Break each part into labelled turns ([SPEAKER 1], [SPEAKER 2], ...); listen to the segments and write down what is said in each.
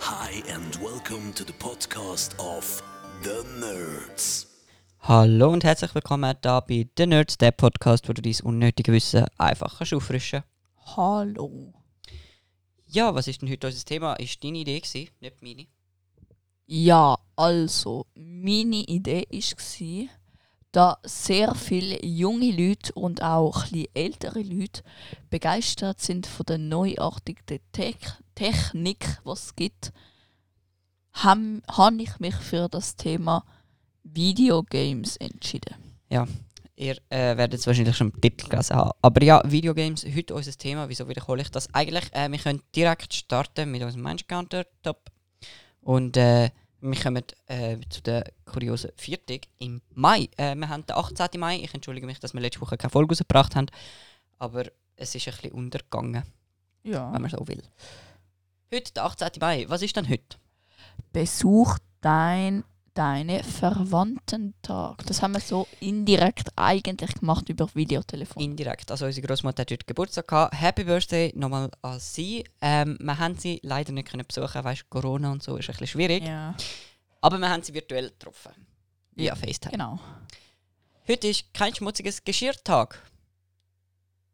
[SPEAKER 1] Hi and welcome to the podcast of The Nerds.
[SPEAKER 2] Hallo und herzlich willkommen da bei The Nerds, der Podcast, wo du dein unnötige Wissen einfach kannst auffrischen
[SPEAKER 3] Hallo.
[SPEAKER 2] Ja, was ist denn heute unser Thema? Ist deine Idee gewesen, nicht meine.
[SPEAKER 3] Ja, also, meine Idee war, dass sehr viele junge Leute und auch etwas ältere Leute begeistert sind von der neuartigen Te Technik, die es gibt, habe ich mich für das Thema Videogames entschieden.
[SPEAKER 2] Ihr äh, werdet es wahrscheinlich schon im Titel gelesen haben. Aber ja, Videogames, heute unser Thema. Wieso wiederhole ich das? Eigentlich, äh, wir können direkt starten mit unserem Mensch-Counter, top. Und äh, wir kommen äh, zu der kuriosen Viertig im Mai. Äh, wir haben den 18. Mai. Ich entschuldige mich, dass wir letzte Woche keine Folge rausgebracht haben. Aber es ist ein bisschen untergegangen. wenn
[SPEAKER 3] Ja.
[SPEAKER 2] man so will. Heute, der 18. Mai, was ist denn heute?
[SPEAKER 3] Besuch dein, deine Verwandtentag. Das haben wir so indirekt eigentlich gemacht über Videotelefon.
[SPEAKER 2] Indirekt. Also unsere Großmutter hat heute Geburtstag gehabt. Happy Birthday nochmal an sie. Ähm, wir haben sie leider nicht können besuchen, weißt Corona und so ist ein bisschen schwierig.
[SPEAKER 3] ja.
[SPEAKER 2] Aber wir haben sie virtuell getroffen. Via
[SPEAKER 3] Ja,
[SPEAKER 2] FaceTime.
[SPEAKER 3] Genau.
[SPEAKER 2] Heute ist kein schmutziges Geschirrtag.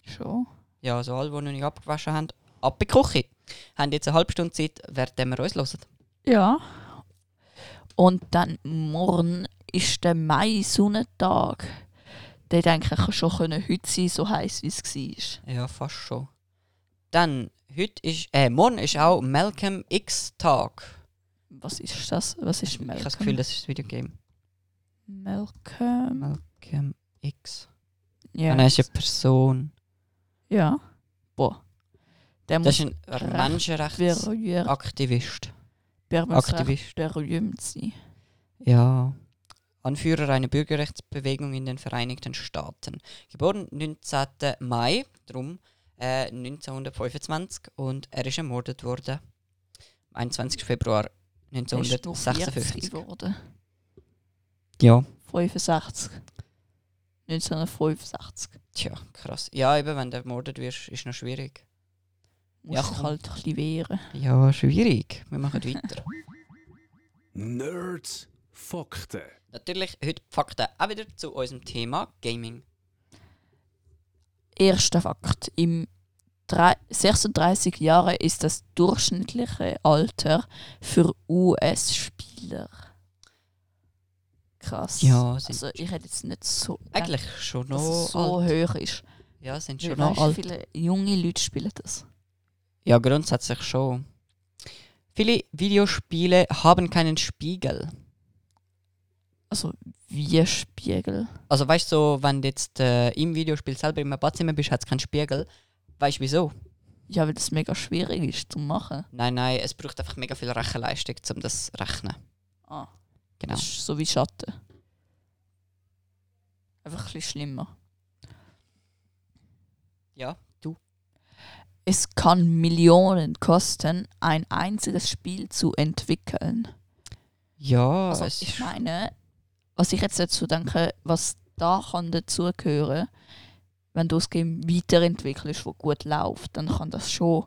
[SPEAKER 3] Schon.
[SPEAKER 2] Ja, also alle, die noch nicht abgewaschen haben, ab in die Küche. Haben jetzt eine halbe Stunde Zeit, während wir uns hören.
[SPEAKER 3] Ja. Und dann morgen ist der Mai-Sonnentag. Den denke ich, kann schon können heute sein, so heiß wie es war.
[SPEAKER 2] Ja, fast schon. Dann, heute ist, äh, morgen ist auch Malcolm X-Tag.
[SPEAKER 3] Was ist das? Was ist
[SPEAKER 2] Ich
[SPEAKER 3] Malcolm?
[SPEAKER 2] habe das Gefühl, das ist das Videogame.
[SPEAKER 3] Malcolm.
[SPEAKER 2] Malcolm X.
[SPEAKER 3] Ja.
[SPEAKER 2] Ja. Nein, ist eine Person.
[SPEAKER 3] ja. Boah. Der
[SPEAKER 2] Das
[SPEAKER 3] muss
[SPEAKER 2] ist ein
[SPEAKER 3] recht
[SPEAKER 2] Menschenrechtsaktivist.
[SPEAKER 3] berühmt, der muss recht
[SPEAKER 2] Aktivist.
[SPEAKER 3] berühmt sein.
[SPEAKER 2] Ja. Anführer einer Bürgerrechtsbewegung in den Vereinigten Staaten. Geboren 19. Mai, drum äh, 1925 und er ist ermordet worden. am 21. Februar
[SPEAKER 3] Der ist nur 40
[SPEAKER 2] 1956.
[SPEAKER 3] geworden.
[SPEAKER 2] Ja.
[SPEAKER 3] 65. 1965.
[SPEAKER 2] Tja, krass. Ja, eben, wenn du ermordet wirst, ist noch schwierig.
[SPEAKER 3] Muss
[SPEAKER 2] Ja,
[SPEAKER 3] ich
[SPEAKER 2] komm.
[SPEAKER 3] halt ein bisschen wehren.
[SPEAKER 2] Ja, schwierig. Wir machen weiter.
[SPEAKER 1] Nerds Fakten.
[SPEAKER 2] Natürlich heute die Fakten auch wieder zu unserem Thema Gaming.
[SPEAKER 3] Erster Fakt. Im drei- 36 Jahre ist das durchschnittliche Alter für US-Spieler. Krass.
[SPEAKER 2] Ja, sind
[SPEAKER 3] also ich hätte jetzt nicht so gedacht,
[SPEAKER 2] Eigentlich schon
[SPEAKER 3] dass
[SPEAKER 2] noch
[SPEAKER 3] es so
[SPEAKER 2] alt.
[SPEAKER 3] hoch ist.
[SPEAKER 2] Ja, sind
[SPEAKER 3] Weil
[SPEAKER 2] schon
[SPEAKER 3] weißt,
[SPEAKER 2] noch alt.
[SPEAKER 3] viele junge Leute spielen das.
[SPEAKER 2] Ja, grundsätzlich schon. Viele Videospiele haben keinen Spiegel.
[SPEAKER 3] Also wie Spiegel.
[SPEAKER 2] Also weißt du, so, wenn du jetzt äh, im Videospiel selber im Badzimmer bist, hat es keinen Spiegel. Weißt du wieso?
[SPEAKER 3] Ja, weil das mega schwierig ist zu machen.
[SPEAKER 2] Nein, nein, es braucht einfach mega viel Rechenleistung, um das zu rechnen.
[SPEAKER 3] Ah,
[SPEAKER 2] Genau.
[SPEAKER 3] das ist so wie Schatten. Einfach ein bisschen schlimmer.
[SPEAKER 2] Ja, du.
[SPEAKER 3] Es kann Millionen kosten, ein einziges Spiel zu entwickeln.
[SPEAKER 2] Ja,
[SPEAKER 3] Also
[SPEAKER 2] es
[SPEAKER 3] ich
[SPEAKER 2] ist
[SPEAKER 3] meine, was ich jetzt dazu denke, was da kann dazugehören, wenn du das Game weiterentwickelst, wo gut läuft, dann kann das schon,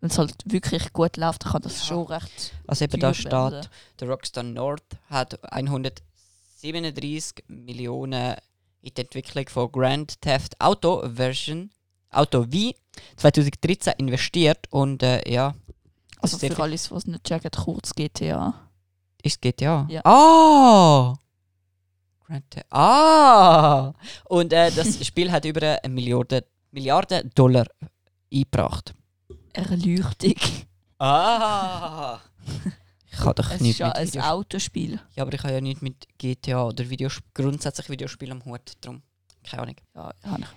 [SPEAKER 3] wenn es halt wirklich gut läuft, dann kann das
[SPEAKER 2] Ja.
[SPEAKER 3] schon recht
[SPEAKER 2] also eben da
[SPEAKER 3] teuer
[SPEAKER 2] steht,
[SPEAKER 3] werden.
[SPEAKER 2] der Rockstar North hat 137 Millionen in die Entwicklung von Grand Theft Auto Version Auto V 2013 investiert und äh, ja,
[SPEAKER 3] Also
[SPEAKER 2] sehr
[SPEAKER 3] für
[SPEAKER 2] viel-
[SPEAKER 3] alles, was nicht checken, kurz GTA.
[SPEAKER 2] ist GTA.
[SPEAKER 3] Ja.
[SPEAKER 2] Ah! Grand Theft. Ah! Und äh, das Spiel hat über eine Milliarde, Milliarde Dollar eingebracht.
[SPEAKER 3] Erleuchtung.
[SPEAKER 2] Ah! Ich kann doch
[SPEAKER 3] Es
[SPEAKER 2] nicht
[SPEAKER 3] ist ja
[SPEAKER 2] mit
[SPEAKER 3] ein
[SPEAKER 2] Videospielen-
[SPEAKER 3] Autospiel.
[SPEAKER 2] Ja, aber ich habe ja nicht mit GTA oder Videosp grundsätzlich Videospielen am Hut, drum. Keine Ahnung.
[SPEAKER 3] Ja, habe ich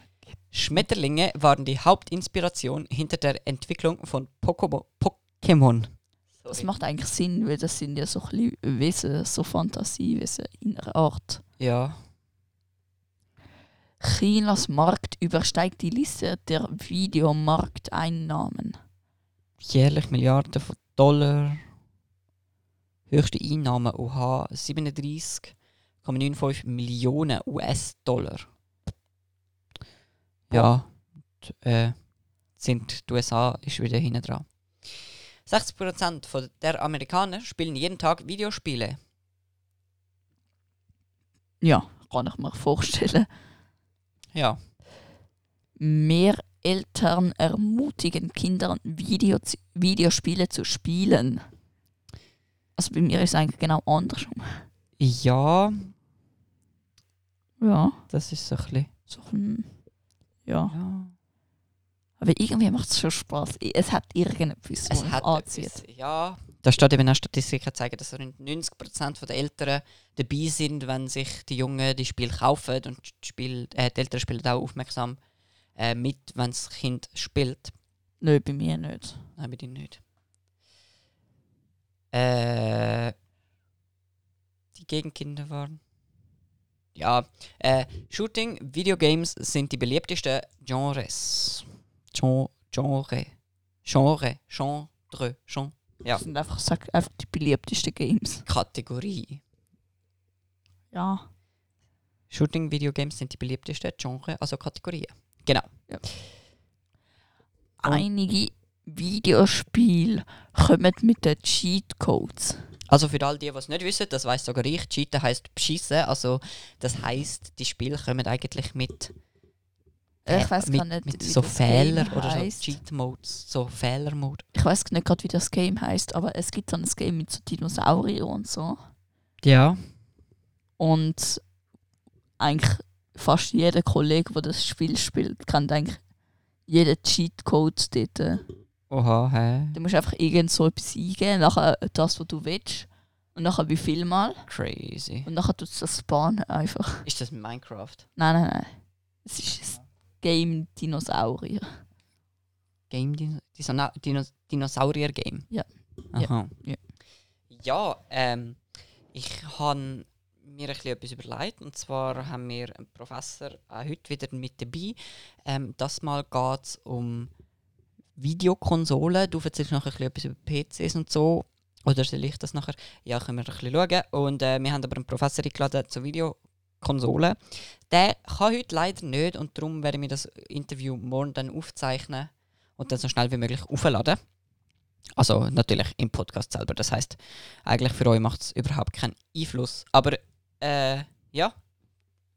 [SPEAKER 2] Schmetterlinge waren die Hauptinspiration hinter der Entwicklung von Pokomo Pokémon.
[SPEAKER 3] Das
[SPEAKER 2] Sorry.
[SPEAKER 3] macht eigentlich Sinn, weil das sind ja so chli Wesen, so Fantasiewesen in einer Art.
[SPEAKER 2] Ja.
[SPEAKER 3] Chinas Markt übersteigt die Liste der Videomarkteinnahmen.
[SPEAKER 2] Jährlich Milliarden von Dollar. Höchste Einnahmen, oha, 37,95 Millionen US-Dollar. Ja, und, äh, sind die USA ist wieder hinten dran. 60% von der Amerikaner spielen jeden Tag Videospiele.
[SPEAKER 3] Ja, kann ich mir vorstellen.
[SPEAKER 2] Ja.
[SPEAKER 3] Mehr Eltern ermutigen Kindern Video zu, Videospiele zu spielen. Also bei mir ist es eigentlich genau andersrum.
[SPEAKER 2] Ja,
[SPEAKER 3] Ja.
[SPEAKER 2] das ist so ein bisschen.
[SPEAKER 3] So, hm, ja.
[SPEAKER 2] Ja.
[SPEAKER 3] Aber irgendwie macht es schon Spaß. I- Es hat irgendetwas, was
[SPEAKER 2] Es
[SPEAKER 3] mich
[SPEAKER 2] hat
[SPEAKER 3] anzieht.
[SPEAKER 2] etwas, ja. Da steht eben auch Statistiken zeigen, dass rund 90% der Eltern dabei sind, wenn sich die Jungen die Spiele kaufen und die, Spiel, äh, die Eltern spielen auch aufmerksam äh, mit, wenn das Kind spielt.
[SPEAKER 3] Nein, bei mir nicht.
[SPEAKER 2] Nein, bei dir nicht. Äh, die Gegenkinder waren. Ja, äh, Shooting, Videogames sind die beliebtesten Genres. Gen Genre. Genre. Genre. Genre. Ja.
[SPEAKER 3] Das sind einfach, sag, einfach die beliebtesten Games.
[SPEAKER 2] Kategorie.
[SPEAKER 3] Ja.
[SPEAKER 2] Shooting, Videogames sind die beliebtesten Genre, also Kategorien. Genau.
[SPEAKER 3] Einige Videospiele kommen mit den Cheatcodes.
[SPEAKER 2] Also für all die, die es nicht wissen, das weiß sogar ich, Cheaten heisst beschissen. Also das heisst, die Spiele kommen eigentlich mit, äh,
[SPEAKER 3] ich weiß
[SPEAKER 2] mit,
[SPEAKER 3] gar nicht,
[SPEAKER 2] mit
[SPEAKER 3] wie
[SPEAKER 2] so
[SPEAKER 3] das Game
[SPEAKER 2] Fehler oder so
[SPEAKER 3] heisst.
[SPEAKER 2] Cheat-Modes, so Fehler-Mode.
[SPEAKER 3] Ich weiß nicht gerade, wie das Game heißt, aber es gibt dann ein Game mit so Dinosauriern und so.
[SPEAKER 2] Ja.
[SPEAKER 3] Und eigentlich fast jeder Kollege, der das Spiel spielt, kennt eigentlich jeden Cheatcode dort. äh.
[SPEAKER 2] Oha, hä?
[SPEAKER 3] Du musst einfach irgend so etwas eingeben, nachher das, was du willst. Und nachher wie viel mal.
[SPEAKER 2] Crazy.
[SPEAKER 3] Und nachher tut es das spawnen einfach.
[SPEAKER 2] Ist das Minecraft?
[SPEAKER 3] Nein, nein, nein. Es ist das Game Dinosaurier.
[SPEAKER 2] Game Dino- Disona- Dinos Dinosaurier Game.
[SPEAKER 3] Ja.
[SPEAKER 2] Aha.
[SPEAKER 3] Ja.
[SPEAKER 2] Ja, ähm, ich habe mir ein bisschen etwas überlegt. Und zwar haben wir einen Professor auch heute wieder mit dabei. Ähm, das Mal geht es um Videokonsolen. Du erzählst nachher ein bisschen etwas über PCs und so. Oder soll ich das nachher? Ja, können wir ein bisschen schauen. Und äh, wir haben aber einen Professor eingeladen zu Videokonsolen. Der kann heute leider nicht und darum werden wir das Interview morgen dann aufzeichnen und dann so schnell wie möglich aufladen. Also natürlich im Podcast selber. Das heißt, eigentlich für euch macht es überhaupt keinen Einfluss. Aber äh, ja,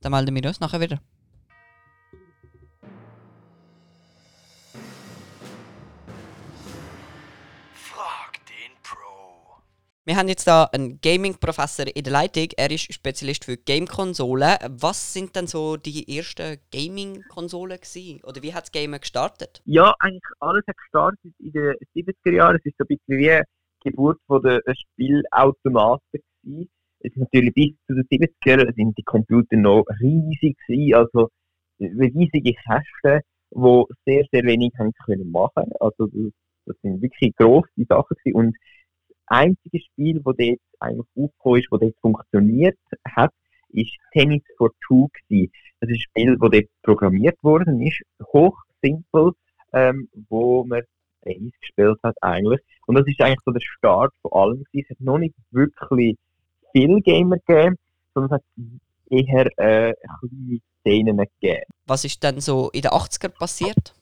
[SPEAKER 2] dann melden wir uns nachher wieder.
[SPEAKER 1] Frag den Pro.
[SPEAKER 2] Wir haben jetzt da einen Gaming-Professor in der Leitung. Er ist Spezialist für Game-Konsolen. Was sind denn so die ersten Gaming-Konsolen gewesen? Oder wie hat das Gamen gestartet?
[SPEAKER 4] Ja, eigentlich alles hat gestartet in den 70er Jahren. Es ist so ein bisschen wie die Geburt von der Spielautomaten. gewesen. Es ist natürlich bis zu den 70er Jahren sind die Computer noch riesig gewesen, also riesige Kästen, die sehr, sehr wenig haben können machen. Also das, das sind wirklich grosse Sachen gewesen. und das einzige Spiel, das dort eigentlich aufgekommen ist, das dort funktioniert hat, ist Tennis for Two gewesen. Das ist ein Spiel, das dort programmiert worden ist, hochsimpel ähm, wo man Tennis gespielt hat eigentlich. Und das ist eigentlich so der Start von allem. gewesen. Es hat noch nicht wirklich viel Gamer gegeben, sondern es hat eher äh, kleine Szenen gegeben.
[SPEAKER 2] Was ist denn so in den 80ern passiert?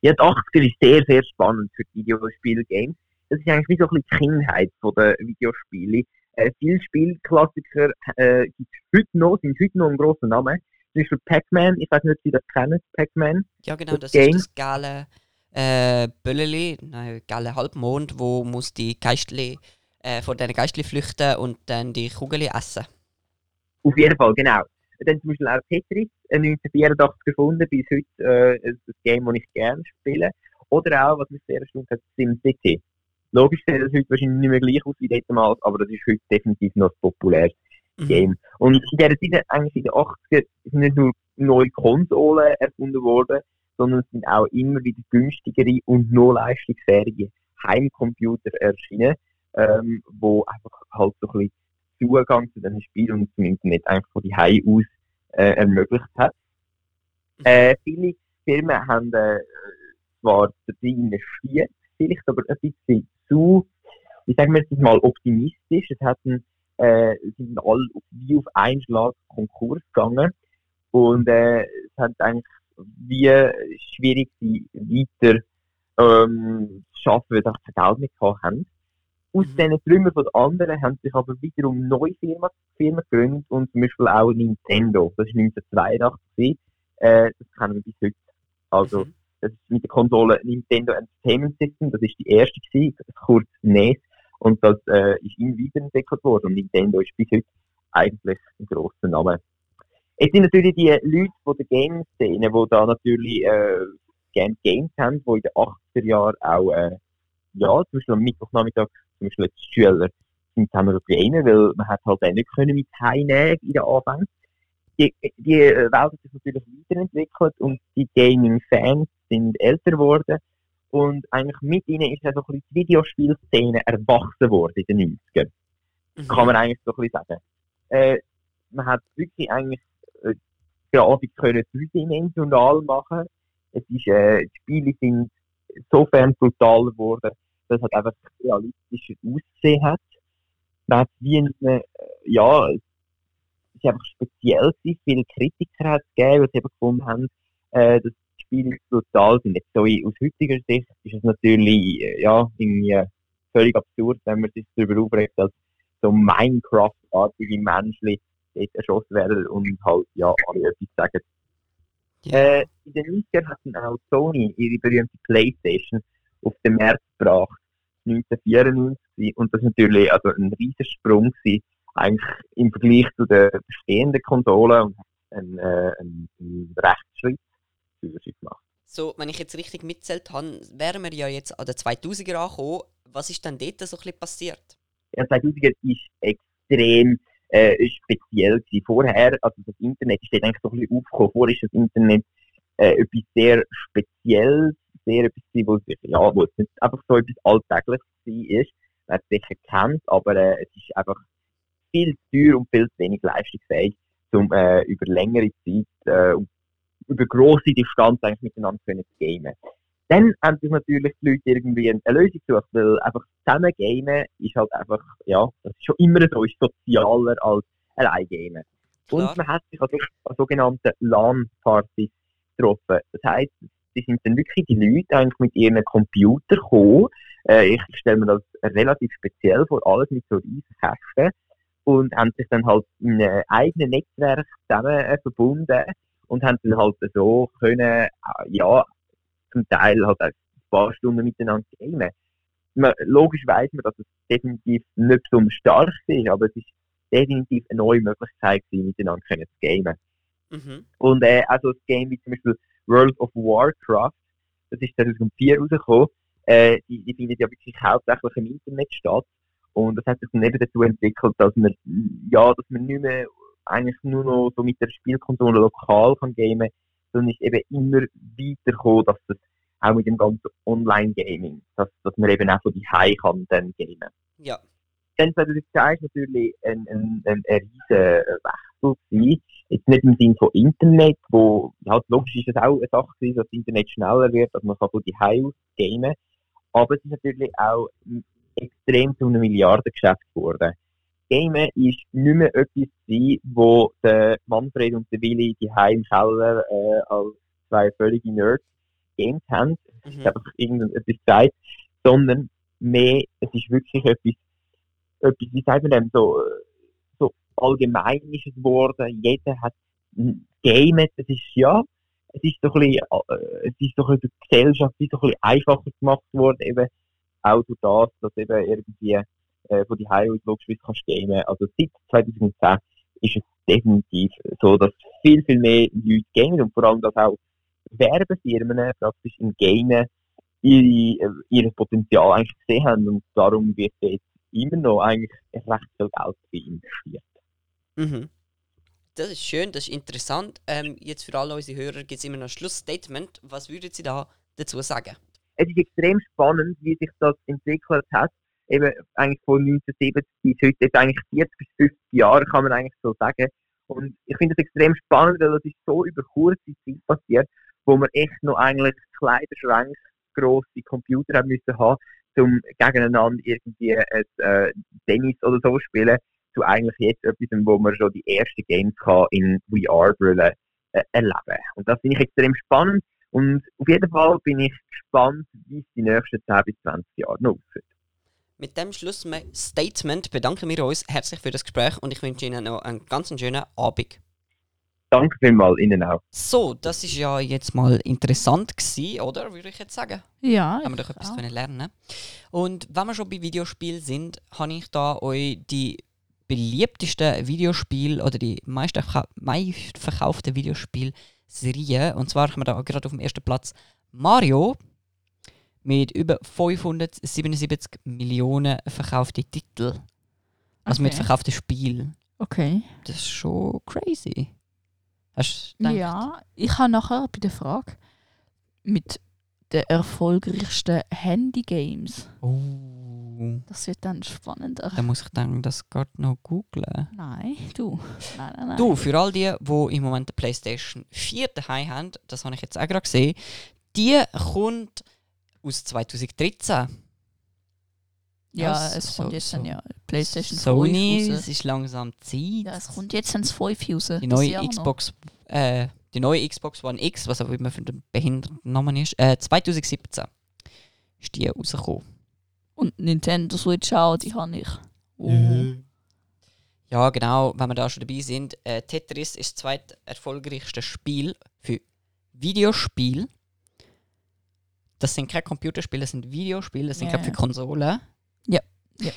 [SPEAKER 4] Ja, die 80er ist sehr, sehr spannend für die Videospielgames. Das ist eigentlich wie so ein bisschen die Kindheit von der Videospiele. Äh, viele Spielklassiker äh, gibt heute noch, sind heute noch ein grosser Name. Zum Beispiel Pac-Man, ich weiß nicht, ob ihr das kennt, Pac-Man.
[SPEAKER 2] Ja, genau, das
[SPEAKER 4] Das Game.
[SPEAKER 2] ist das geile äh, Bölleli, nein, geile Halbmond, wo muss die Geistli äh, vor diesen Geistli flüchten und dann die Kugeli essen.
[SPEAKER 4] Auf jeden Fall, genau. Dann zum Beispiel auch Tetris, äh, 1984 gefunden, bis heute äh, ein ein Game, das ich gerne spiele. Oder auch, was mich sehr erstaunt hat, SimCity. Logisch sieht das heute wahrscheinlich nicht mehr gleich aus wie damals, aber das ist heute definitiv noch das populärste
[SPEAKER 2] Mhm.
[SPEAKER 4] Game. Und in dieser Zeit, eigentlich in den 80er, sind nicht nur neue Konsolen erfunden worden, sondern es sind auch immer wieder günstigere und noch leistungsfähige Heimcomputer erschienen, ähm, wo einfach halt so ein bisschen Zugang zu diesen Spielen und zum Internet einfach von die Hause aus äh, ermöglicht hat. Äh, viele Firmen haben äh, zwar darin investiert, vielleicht aber ein bisschen zu, wie sagen wir es mal, optimistisch. Es hat einen äh, sind alle auf, wie auf einen Schlag Konkurs gegangen und äh, es hat eigentlich wie schwierig sie weiter ähm, zu schaffen, weil sie einfach kein Geld mehr gehabt haben. Aus
[SPEAKER 2] Mhm.
[SPEAKER 4] diesen Trümmern von den anderen haben sich aber wiederum neue Firmen, Firmen gegründet und zum Beispiel auch Nintendo. Das war 1982. gewesen. Äh, das kennen wir bis heute. Also,
[SPEAKER 2] Mhm.
[SPEAKER 4] das ist mit der Konsole Nintendo Entertainment System, das ist die erste gewesen, kurz E NES. Und das äh, ist immer weiterentwickelt worden und Nintendo ist bis heute eigentlich ein grosser Name. Jetzt sind natürlich die Leute von der Game-Szene, die da natürlich äh, gerne Games haben, die in den 80er Jahren auch, äh, ja, zum Beispiel am Mittwochnachmittag, zum Beispiel als Schüler, sind haben wir kleiner, weil man hat halt auch nicht können mit heimnehmen in den Anfängen. Die, die äh, Welt hat sich natürlich weiterentwickelt und die Gaming-Fans sind älter geworden und eigentlich mit ihnen ist auch so ein bisschen die Videospielszene erwachsen worden in den 90ern
[SPEAKER 2] Mhm.
[SPEAKER 4] kann man eigentlich so ein bisschen sagen. Äh, man hat wirklich eigentlich äh, Grafik können dreidimensional machen. Es ist, äh, die Spiele sind sofern brutal geworden, dass es halt einfach realistischer ausgesehen hat. Man hat wie in einem, äh, ja, es ist einfach speziell gewesen. Viele Kritiker hat es gegeben, weil sie eben gefunden haben, äh, dass die Spiele brutal sind. Jetzt so in- aus heutiger Sicht ist es natürlich, äh, ja, irgendwie äh, völlig absurd, wenn man sich darüber aufregt, dass so Minecraft-artige Menschen dort erschossen werden und halt, ja, alle etwas sagen.
[SPEAKER 2] Ja.
[SPEAKER 4] Äh, in den 90ern hatten auch Sony ihre berühmte Playstation auf den Markt gebracht, 1994, und das war natürlich also ein riesiger Sprung gewesen, eigentlich im Vergleich zu den bestehenden Konsolen und hat einen, äh, einen, einen Rechtsschritt für sie gemacht.
[SPEAKER 2] So, wenn ich jetzt richtig mitzählt habe, wären wir ja jetzt an den 2000er angekommen. Was ist denn dort so ein bisschen passiert?
[SPEAKER 4] ja, 2000er ist extrem äh, speziell gewesen. Vorher, also das Internet ist dort eigentlich so ein bisschen aufgekommen. Vorher ist das Internet äh, etwas sehr Spezielles, sehr etwas, gewesen, wo sich, ja, wo es nicht einfach so etwas Alltägliches gewesen ist. Man hat es sicher kennt, aber äh, es ist einfach viel zu teuer und viel zu wenig leistungsfähig, um äh, über längere Zeit, äh, und über grosse Distanz eigentlich miteinander können zu gamen. Dann haben sich natürlich die Leute irgendwie eine Lösung gesucht, weil einfach zusammen gamen ist halt einfach, ja, das ist schon immer so, ist sozialer als allein gamen.
[SPEAKER 2] Klar.
[SPEAKER 4] Und man hat sich also an sogenannten LAN-Partys getroffen. Das heisst, die sind dann wirklich die Leute eigentlich mit ihren Computern gekommen. Äh, ich stelle mir das relativ speziell vor, alles mit so riesen Kästen. Und haben sich dann halt in einem eigenen Netzwerk zusammen äh, verbunden und haben dann halt so können, äh, ja, zum Teil halt auch ein paar Stunden miteinander gamen. Man, logisch weiß man, dass es definitiv nicht besonders stark ist, aber es ist definitiv eine neue Möglichkeit, gewesen, miteinander können zu gamen.
[SPEAKER 2] Mhm.
[SPEAKER 4] Und äh, auch so ein Game wie zum Beispiel World of Warcraft, das ist 2004 rausgekommen, äh, die, die findet ja wirklich hauptsächlich im Internet statt. Und das hat sich dann eben dazu entwickelt, dass man, ja, dass man nicht mehr eigentlich nur noch so mit der Spielkonsole lokal kann gamen, sondern ist eben immer weitergekommen, dass das auch mit dem ganzen Online-Gaming, dass, dass man eben auch von die Hause kann dann gamen
[SPEAKER 2] Ja.
[SPEAKER 4] dann war das Zeichen natürlich ein, ein, ein, ein riesen Wechsel gewesen. Jetzt nicht im Sinne von Internet, wo, halt logisch ist es auch eine Sache gewesen, dass das Internet schneller wird, dass man kann von die aus gamen. Aber es ist natürlich auch m- extrem zu einem Milliardengeschäft geworden. Gamen ist nicht mehr etwas gewesen, wo der Manfred und der Willi die im Keller äh, als zwei völlige Nerds games haben
[SPEAKER 2] Mhm.
[SPEAKER 4] mhm. einfach irgendetwas zeigt, sondern mehr, es ist wirklich etwas, etwas wie sagt man dem, so, äh, so allgemein ist es geworden, jeder hat m, gamet, es ist ja, es ist so ein bisschen, äh, es ist so ein bisschen durch die Gesellschaft wie so ein bisschen einfacher gemacht worden, eben auch durch das, dass eben irgendwie äh, von die Highway logisch wie kannst gamen. Also seit 2010 ist es definitiv so, dass viel, viel mehr Leute gamen und vor allem, dass auch Werbefirmen praktisch im Gamen ihre, äh, ihr Potenzial eigentlich gesehen haben und darum wird jetzt immer noch eigentlich recht viel Geld investiert.
[SPEAKER 2] Mhm. Das ist schön, das ist interessant. Ähm, jetzt für alle unsere Hörer gibt es immer noch ein Schlussstatement. Was würden Sie da dazu sagen?
[SPEAKER 4] Es ist extrem spannend, wie sich das entwickelt hat. Eben eigentlich von 1970 bis heute, jetzt eigentlich 40 bis 50 Jahre kann man eigentlich so sagen. Und ich finde das extrem spannend, weil das ist so über kurze Zeit passiert, wo man echt noch eigentlich Kleiderschränke, grosse Computer haben müssen haben, um gegeneinander irgendwie ein äh, Tennis oder so spielen, zu eigentlich jetzt etwas, wo man schon die ersten Games kann in VR-Brille äh, erleben. Und das finde ich extrem spannend. Und auf jeden Fall bin ich gespannt, wie es die nächsten 10 bis 20 Jahre noch aussieht.
[SPEAKER 2] Mit dem Schlussstatement bedanken wir uns herzlich für das Gespräch und ich wünsche Ihnen noch einen ganz schönen Abend.
[SPEAKER 4] Danke vielmals Ihnen auch.
[SPEAKER 2] So, das ist ja jetzt mal interessant gewesen, oder? Würde ich jetzt sagen.
[SPEAKER 3] Ja,
[SPEAKER 2] Haben wir doch etwas können lernen. Und wenn wir schon bei Videospielen sind, habe ich da euch die beliebtesten Videospiele oder die meistverka- meistverkauften Videospielserien. Und zwar haben wir da gerade auf dem ersten Platz Mario mit über 577 Millionen verkaufte Titel. Also mit
[SPEAKER 3] Okay.
[SPEAKER 2] verkauften Spielen.
[SPEAKER 3] Okay.
[SPEAKER 2] Das ist schon crazy. Hast du gedacht?
[SPEAKER 3] Ja, ich habe nachher bei der Frage mit den erfolgreichsten Handygames.
[SPEAKER 2] Oh.
[SPEAKER 3] Das wird dann spannender.
[SPEAKER 2] Dann muss ich dann das gerade noch googlen.
[SPEAKER 3] Nein, du. Nein, nein, nein.
[SPEAKER 2] Du, für all die, die im Moment eine PlayStation 4 daheim haben, das habe ich jetzt auch gerade gesehen, die kommt aus 2013.
[SPEAKER 3] Ja,
[SPEAKER 2] Ja,
[SPEAKER 3] es
[SPEAKER 2] so-
[SPEAKER 3] kommt jetzt
[SPEAKER 2] so-
[SPEAKER 3] dann ja PlayStation 5
[SPEAKER 2] Sony,
[SPEAKER 3] raus.
[SPEAKER 2] es ist langsam Zeit.
[SPEAKER 3] Ja, es kommt jetzt ans 5 raus.
[SPEAKER 2] die
[SPEAKER 3] das Jahr
[SPEAKER 2] neue
[SPEAKER 3] noch.
[SPEAKER 2] Xbox, äh, die neue Xbox One X, was auch immer für den behinderten Namen ist, äh, 2017 ist die rausgekommen.
[SPEAKER 3] Und Nintendo Switch auch, die habe ich. Oh.
[SPEAKER 2] Ja, genau, wenn wir da schon dabei sind. Äh, Tetris ist das zweiterfolgreichste Spiel für Videospiel. Das sind keine Computerspiele, das sind Videospiele, das sind
[SPEAKER 3] Ja,
[SPEAKER 2] gerade für
[SPEAKER 3] ja.
[SPEAKER 2] Konsolen.
[SPEAKER 3] Ja, ja.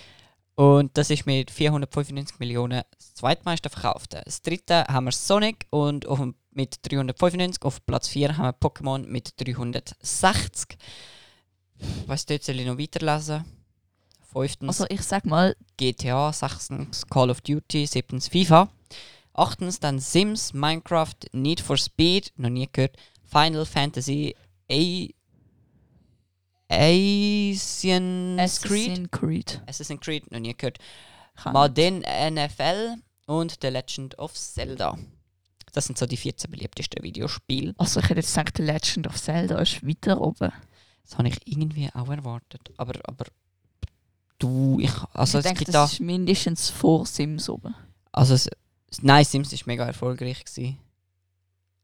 [SPEAKER 2] Und das ist mit 495 Millionen das zweitmeiste verkaufte. Das dritte haben wir Sonic und auf, dem- mit 395. Auf Platz 4 haben wir Pokémon mit 360. Was dort soll ich noch weiterlesen? Fünftens.
[SPEAKER 3] Also ich sag mal,
[SPEAKER 2] GTA, sechstens Call of Duty, siebtens FIFA, achtens dann Sims, Minecraft, Need for Speed, noch nie gehört, Final Fantasy, A Asian Creed,
[SPEAKER 3] Assassin's Creed.
[SPEAKER 2] Assassin's Creed, noch nie gehört,
[SPEAKER 3] Kann ich.
[SPEAKER 2] Madden NFL und The Legend of Zelda. Das sind so die 14 beliebtesten Videospiele.
[SPEAKER 3] Also ich hätte jetzt gesagt, The Legend of Zelda ist weiter oben.
[SPEAKER 2] Das habe ich irgendwie auch erwartet. Aber, aber du, ich, also
[SPEAKER 3] ich
[SPEAKER 2] es
[SPEAKER 3] denke,
[SPEAKER 2] gibt da,
[SPEAKER 3] das ist mindestens vor Sims oben.
[SPEAKER 2] Also, es, es- nein, Sims war mega erfolgreich. Gewesen.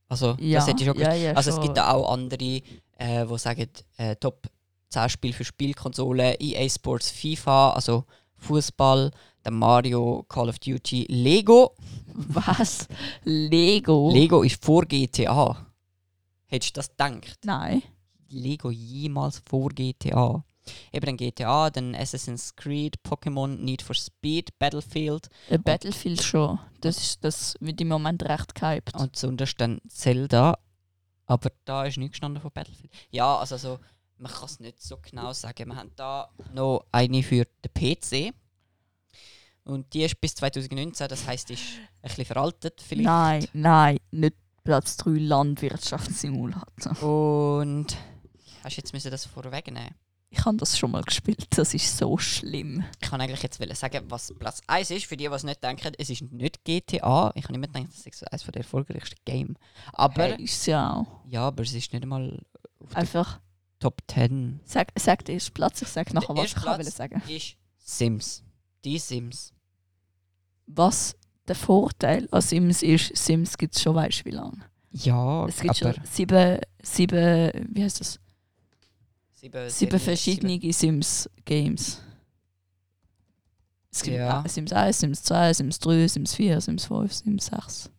[SPEAKER 2] Also,
[SPEAKER 3] Ja,
[SPEAKER 2] das hätte ich schon gewusst.
[SPEAKER 3] ja, ja,
[SPEAKER 2] Also, es
[SPEAKER 3] schon.
[SPEAKER 2] gibt da auch andere, äh, die sagen, äh, Top 10 Spiel für Spielkonsole, EA Sports, FIFA, also Fußball, dann Mario, Call of Duty, Lego.
[SPEAKER 3] Was? Lego?
[SPEAKER 2] Lego ist vor GTA. Hättest du das gedacht?
[SPEAKER 3] Nein.
[SPEAKER 2] Lego jemals vor GTA. Eben dann GTA, dann Assassin's Creed, Pokémon, Need for Speed, Battlefield
[SPEAKER 3] Äh, Battlefield schon. Das ist das wird im Moment recht gehypt.
[SPEAKER 2] Und zuunterst dann Zelda. Aber da ist nichts gestanden von Battlefield. Ja, also so, man kann es nicht so genau sagen. Wir haben da noch eine für den PC. Und die ist bis 2019, das heisst, die ist ein bisschen veraltet vielleicht.
[SPEAKER 3] Nein, nein, nicht Platz 3 Landwirtschaftssimulator.
[SPEAKER 2] Und hast jetzt müssen das vorwegnehmen?
[SPEAKER 3] Ich habe das schon mal gespielt, das ist so schlimm.
[SPEAKER 2] Ich kann eigentlich jetzt wollen sagen, was Platz 1 ist. Für die, die es nicht denken, es ist nicht GTA. Ich habe nicht gedacht, das ist so eines der erfolgreichsten Game. Aber,
[SPEAKER 3] Hey, ist ja auch.
[SPEAKER 2] ja, aber es ist nicht einmal auf der
[SPEAKER 3] Einfach,
[SPEAKER 2] Top 10.
[SPEAKER 3] sag, sag den ersten Platz, ich sage nachher,
[SPEAKER 2] Der
[SPEAKER 3] was
[SPEAKER 2] erste
[SPEAKER 3] ich Platz. will
[SPEAKER 2] Platz.
[SPEAKER 3] sagen.
[SPEAKER 2] ist Sims. Die Sims.
[SPEAKER 3] Was der Vorteil an Sims ist, Sims gibt es schon weißt wie lange.
[SPEAKER 2] Ja,
[SPEAKER 3] Es gibt schon sieben, sieben, wie heißt das?
[SPEAKER 2] Äh, sieben, Serien,
[SPEAKER 3] sieben verschiedene Sims-Games. Es gibt
[SPEAKER 2] Ja.
[SPEAKER 3] A- Sims 1, Sims 2, Sims 3, Sims 4, Sims 5, Sims 6.